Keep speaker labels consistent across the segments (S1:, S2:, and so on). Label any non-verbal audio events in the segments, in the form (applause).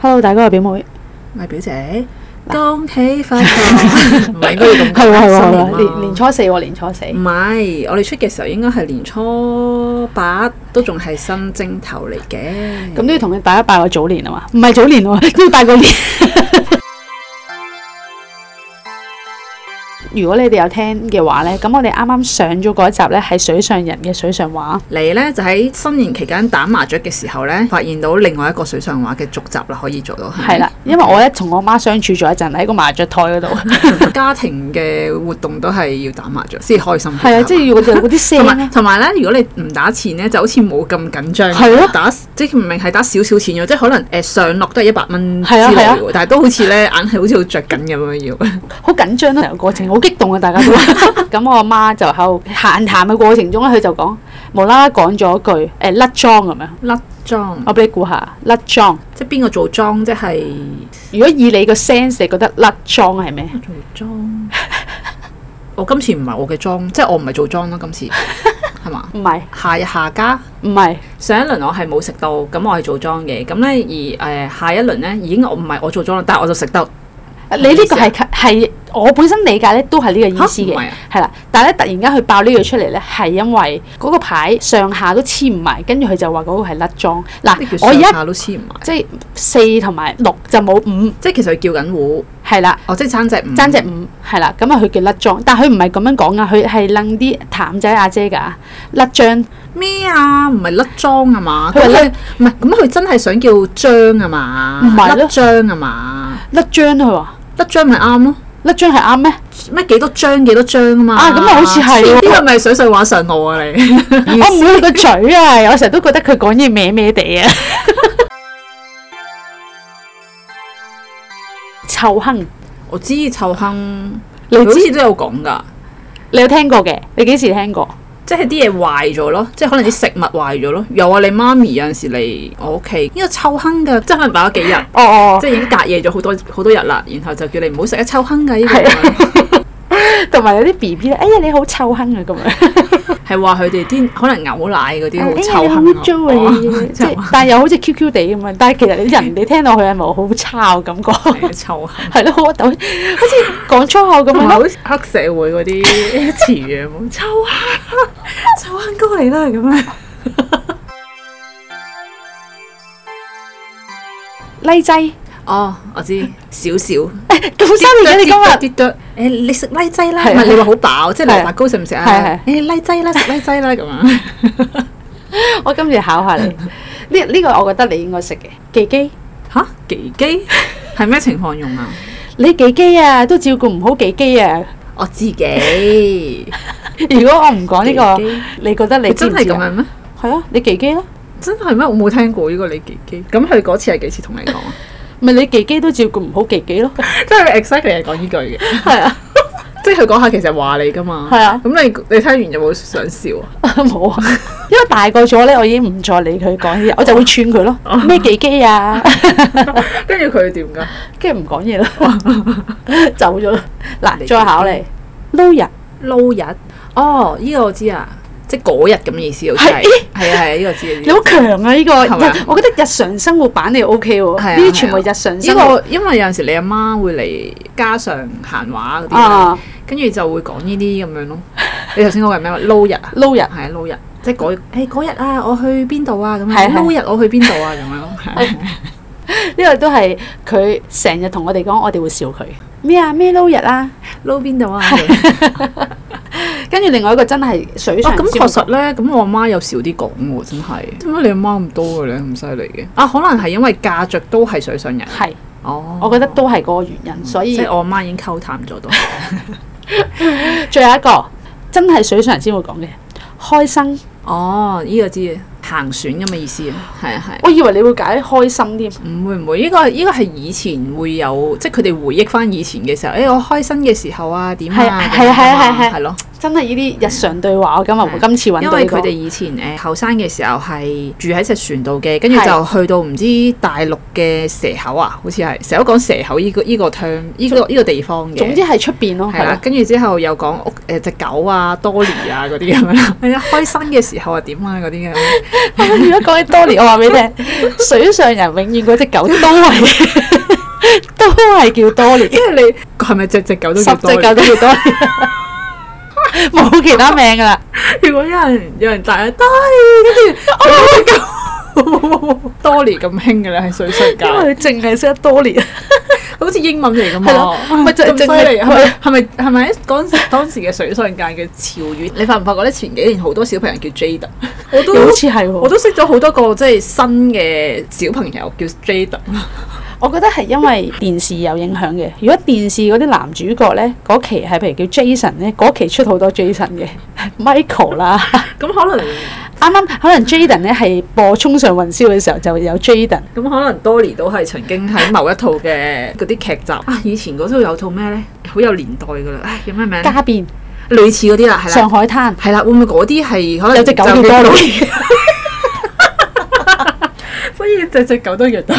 S1: Hello，大家係表妹，
S2: 咪表姐，恭喜發財！ (laughs) 唔係應該要
S1: 係
S2: 咁
S1: 喎係喎係喎，
S2: 新年嘛
S1: 年年初四喎，年初四，
S2: 唔係，我哋出嘅時候應該係年初八，都仲係新正頭嚟嘅。
S1: 咁都要同大家拜個早年啊嘛，唔係早 (laughs) 年喎，都要拜個年。如果你哋有聽嘅話呢，咁我哋啱啱上咗嗰一集呢，係水上人嘅水上畫，
S2: 你呢，就喺新年期間打麻雀嘅時候呢，發現到另外一個水上畫嘅續集啦，可以做到
S1: 係啦，因為我咧同我媽相處咗一陣喺個麻雀台嗰度，
S2: 係咪 (laughs) 家庭嘅活動都係要打麻雀先開心啲。
S1: 係啊，即
S2: 係
S1: 係
S2: 嘛
S1: 要嗰啲
S2: 同
S1: 聲
S2: 埋
S1: (laughs) 咧，
S2: 同埋咧，如果你唔打錢咧，就好似冇咁緊張。
S1: 係咯
S2: 打即係明明係打少少錢嘅，即係可能誒、呃上落都係一百蚊之
S1: 係
S2: 內
S1: 啊係啊
S2: 喎，但係都好似咧硬係好似好着緊咁樣要。
S1: 好緊張啦，成個過程好激動啊！大家都 (laughs) 咁，我阿媽就喺度閒談嘅過程中咧，佢就講無啦啦講咗句誒、甩妝咁樣，
S2: 甩妝，
S1: 我俾你估下甩妝。
S2: 即係邊個做妝？即係
S1: 如果以你個 sense，你覺得甩妝係咩？
S2: 做
S1: (laughs)
S2: 妝。我今次唔係我嘅妝，即係我唔係做妝
S1: (laughs)
S2: 啦。今次係嘛？
S1: 唔係
S2: 下日下家
S1: 唔係，
S2: 上一輪我係冇食到，咁我係做妝嘅。咁咧而誒、呃下一輪咧已經我唔係我做妝啦，但係我就食得
S1: 你呢個係係我本身理解咧都係呢個意思
S2: 嚇唔係
S1: 嘅
S2: 啊，
S1: 係啦。但係咧突然間佢爆呢句出嚟咧，係因為嗰個牌上下都黐唔埋，跟住佢就話嗰個係甩妝。
S2: 呢叫
S1: 嗱，我
S2: 上
S1: 而家
S2: 下都黐唔埋。
S1: 即係四同埋六就冇五，
S2: 即係其實佢叫緊糊，
S1: 係啦。
S2: 哦，即係爭隻五，
S1: 爭隻五係啦，咁啊佢叫甩妝，但係佢唔係咁樣講噶，佢係掕啲淡仔阿姐㗎，甩張
S2: 咩啊？唔係甩妝啊嘛？
S1: 佢話
S2: 佢
S1: 甩
S2: 佢唔係咁，佢真係想叫張啊嘛？
S1: 唔係咯
S2: 甩張啊嘛？
S1: 甩張啦，佢話
S2: 甩張咪啱咯？
S1: 甩張係啱咩？
S2: 咩幾多張幾多張啊嘛？
S1: 啊咁啊好似係喎
S2: 呢個咪水水畫上路啊你？
S1: (laughs) 我唔會佢個嘴啊，我成日都覺得佢講嘢歪歪地啊。臭哼，
S2: (laughs) 我知臭亨，
S1: 你
S2: 佢好
S1: 知
S2: 似都有講㗎，
S1: 你有聽過嘅？你幾時聽過？
S2: 即係啲嘢壞咗咯，即係可能啲食物壞咗咯。有啊，你媽咪有陣時嚟我屋企，呢個臭亨㗎，即係可能擺咗幾
S1: (laughs)
S2: 日，
S1: 哦哦
S2: 即係已經隔夜咗好多好多日啦，然後就叫你唔好食啊臭亨㗎呢個咁樣。
S1: 同埋有啲 B B 咧，哎呀你好臭哼啊咁樣，
S2: 係話佢哋啲可能牛奶嗰
S1: 哎
S2: 啲
S1: 呀
S2: 好
S1: 你
S2: 臭
S1: 好
S2: 坑
S1: 污
S2: 啊
S1: 糟啊
S2: 哦
S1: 你嘢，即
S2: 真係
S1: 係但係又好似 Q Q 地咁樣，但係其實你人哋聽落去係咪好差嘅感覺？
S2: 係啊臭坑，
S1: 係咯，好核突，好似講粗口咁
S2: (laughs) 同
S1: 樣
S2: 埋
S1: 咯。
S2: 好似黑社會嗰啲詞語冇 (laughs) 臭坑，臭坑哥嚟啦咁樣。
S1: 拉
S2: (laughs)
S1: 劑
S2: 哦，我知少少。
S1: 咁犀利嘅你今日，
S2: 跌咗誒，你食拉劑啦，
S1: 係
S2: 唔係你話好飽，即係
S1: 係
S2: 蘿蔔糕食唔食
S1: 係
S2: 啊
S1: 係？
S2: 誒拉劑啦，食拉 (laughs) 劑啦咁樣。
S1: 我今次考下你呢呢個，我覺得你應該識嘅忌機。
S2: 吓？忌機係咩情況用啊？
S1: 你忌機啊，都照顧唔好忌機
S2: (laughs)
S1: 啊！
S2: 我自己，
S1: 如果我唔講呢
S2: 忌
S1: 個
S2: 機，
S1: 你覺得你
S2: 你
S1: 知
S2: 真
S1: 唔
S2: 係
S1: 知
S2: 咁
S1: 啊？
S2: 樣咩？
S1: 係啊，你忌機咯，
S2: 真係咩？我冇聽過呢個你忌機。咁佢嗰次係幾次同你 (laughs) 講啊？
S1: 咪你忌機都照顧唔好忌機
S2: (laughs)
S1: 咯。
S2: 即係 exactly 係講呢句嘅。
S1: 係啊，
S2: 即係佢嗰下其實話你噶嘛，
S1: 係啊
S2: 咁你你聽完有冇想笑 (laughs) 啊？
S1: 冇啊，因為大個咗咧，我已經唔再理佢講
S2: (laughs)
S1: 嘢，我就會串佢咯。咩忌機啊？
S2: 跟住佢點㗎？
S1: 跟住唔講嘢
S2: (laughs)
S1: 咯，走咗啦。嗱，
S2: 你
S1: 再考你撈人。
S2: 撈日哦，呢、個我知啊，即係嗰日咁嘅意思，好似係
S1: 係
S2: 係啊係啊，呢、個知啊呢
S1: 你好強啊！呢、
S2: 係
S1: 個
S2: 咪
S1: 日
S2: 啊，
S1: 我覺得日常生活版你 O K 喎，
S2: 係啊
S1: 呢
S2: 係啊
S1: 啲全部日常
S2: 個呢
S1: 生活。
S2: 個因為有陣時你阿媽會嚟加上閒話嗰啲
S1: 啊
S2: 咧，跟住、就會講呢啲咁樣咯。你頭先嗰個係咩話？撈日啊，
S1: 撈人
S2: 係啊撈日，即係嗰誒嗰日啊，我去邊度啊咁
S1: 係係
S2: 樣，撈日我去邊度啊咁樣咯。係啊
S1: 呢個都係佢成日同我哋講，我哋會笑佢咩啊咩撈日啊。
S2: (laughs) 撈邊 (laughs) 度啊？咁樣
S1: 跟住另外一個真係水
S2: 哦，
S1: 上
S2: 咁
S1: 消
S2: 確實咧，咁我阿媽有少啲講喎，真係。點解你阿媽咁多嘅咧？咁犀利嘅？啊，可能係因為嫁着都係水上人。
S1: 係，
S2: 哦，
S1: 我覺得都係嗰個原因。所以
S2: 即係我阿媽已經溝淡咗都。
S1: 最後一個真係水上人先會講嘅開心，
S2: (laughs) 哦，呢個知行船咁嘅意思啊，係啊係。
S1: 我以為你會解開心添。
S2: 唔會唔會？呢個呢個係以前會有，即係佢哋回憶翻以前嘅時候，誒我開心嘅時候啊，點
S1: 係
S2: 啊，
S1: 係啊係啊係啊係啊
S2: 係咯，
S1: 真係呢啲日常對話，我今日
S2: 係
S1: 今次揾
S2: 因
S1: 到
S2: 為
S1: 呢
S2: 佢
S1: 個
S2: 哋以前誒後生嘅時候係住喺隻船度嘅，跟住
S1: 係
S2: 就去到唔知大陸嘅蛇口啊，好似係成日都講蛇口呢、個呢、個 term 呢、個呢、個地方嘅。
S1: 總之係出邊咯，
S2: 係
S1: 係
S2: 啦
S1: 啦，，
S2: 跟住之後又講屋誒只狗啊、多尼啊嗰啲咁樣
S1: (laughs)
S2: 啦。係啊，開心嘅時候啊點啊嗰啲嘅，
S1: 如果講起多年，我話俾
S2: (laughs)
S1: 你聽，水上人永遠嗰只狗都係都係叫多年，
S2: 因為你係咪隻隻狗都
S1: 十
S2: 叫多
S1: 隻
S2: 尼
S1: 狗都叫多年， (laughs) 冇其他名噶啦。
S2: (laughs) 如果有人有人大嗌多
S1: (laughs)
S2: 尼，跟住我狗 (laughs) 多尼咁興嘅咧，喺水上界，
S1: 因為佢淨係識得多年，
S2: 好似英文嚟㗎
S1: 係
S2: 嘛
S1: 咯，咪就係
S2: 咁犀
S1: 淨係
S2: 利，係咪係咪係咪喺嗰陣時當時嘅水上界嘅潮語？你發唔發覺咧？前幾年好多小朋友叫 Jada，我
S1: 又好
S2: 都
S1: 似係喎。
S2: 我都識咗好多個即係新嘅小朋友叫 Jada。
S1: 我覺得係因為電視有影響嘅。如果電視嗰啲男主角呢，嗰期係譬如叫 Jason 呢，嗰期出好多 Jason 嘅 (laughs) Michael 啦。
S2: 咁可能
S1: (laughs) 啱啱可能 Jaden 呢係播《衝上雲霄》嘅時候就有 Jaden。
S2: 咁可能 Dolly 都係曾經喺某一套嘅嗰啲劇集啊，以前嗰套有套咩咧，好有年代㗎啦，唉，叫咩名呢？
S1: 家變
S2: 類似嗰啲啦，係
S1: 上
S2: 啦，
S1: 海灘
S2: 係啦，會唔會嗰啲係可能
S1: 有隻狗
S2: 就
S1: 叫多利，
S2: 所以隻隻狗都虐到。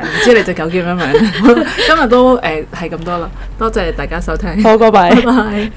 S2: 唔知你隻狗叫咩呃名？今日都誒係咁多啦，多謝大家收聽，
S1: 好，拜拜
S2: 拜。拜。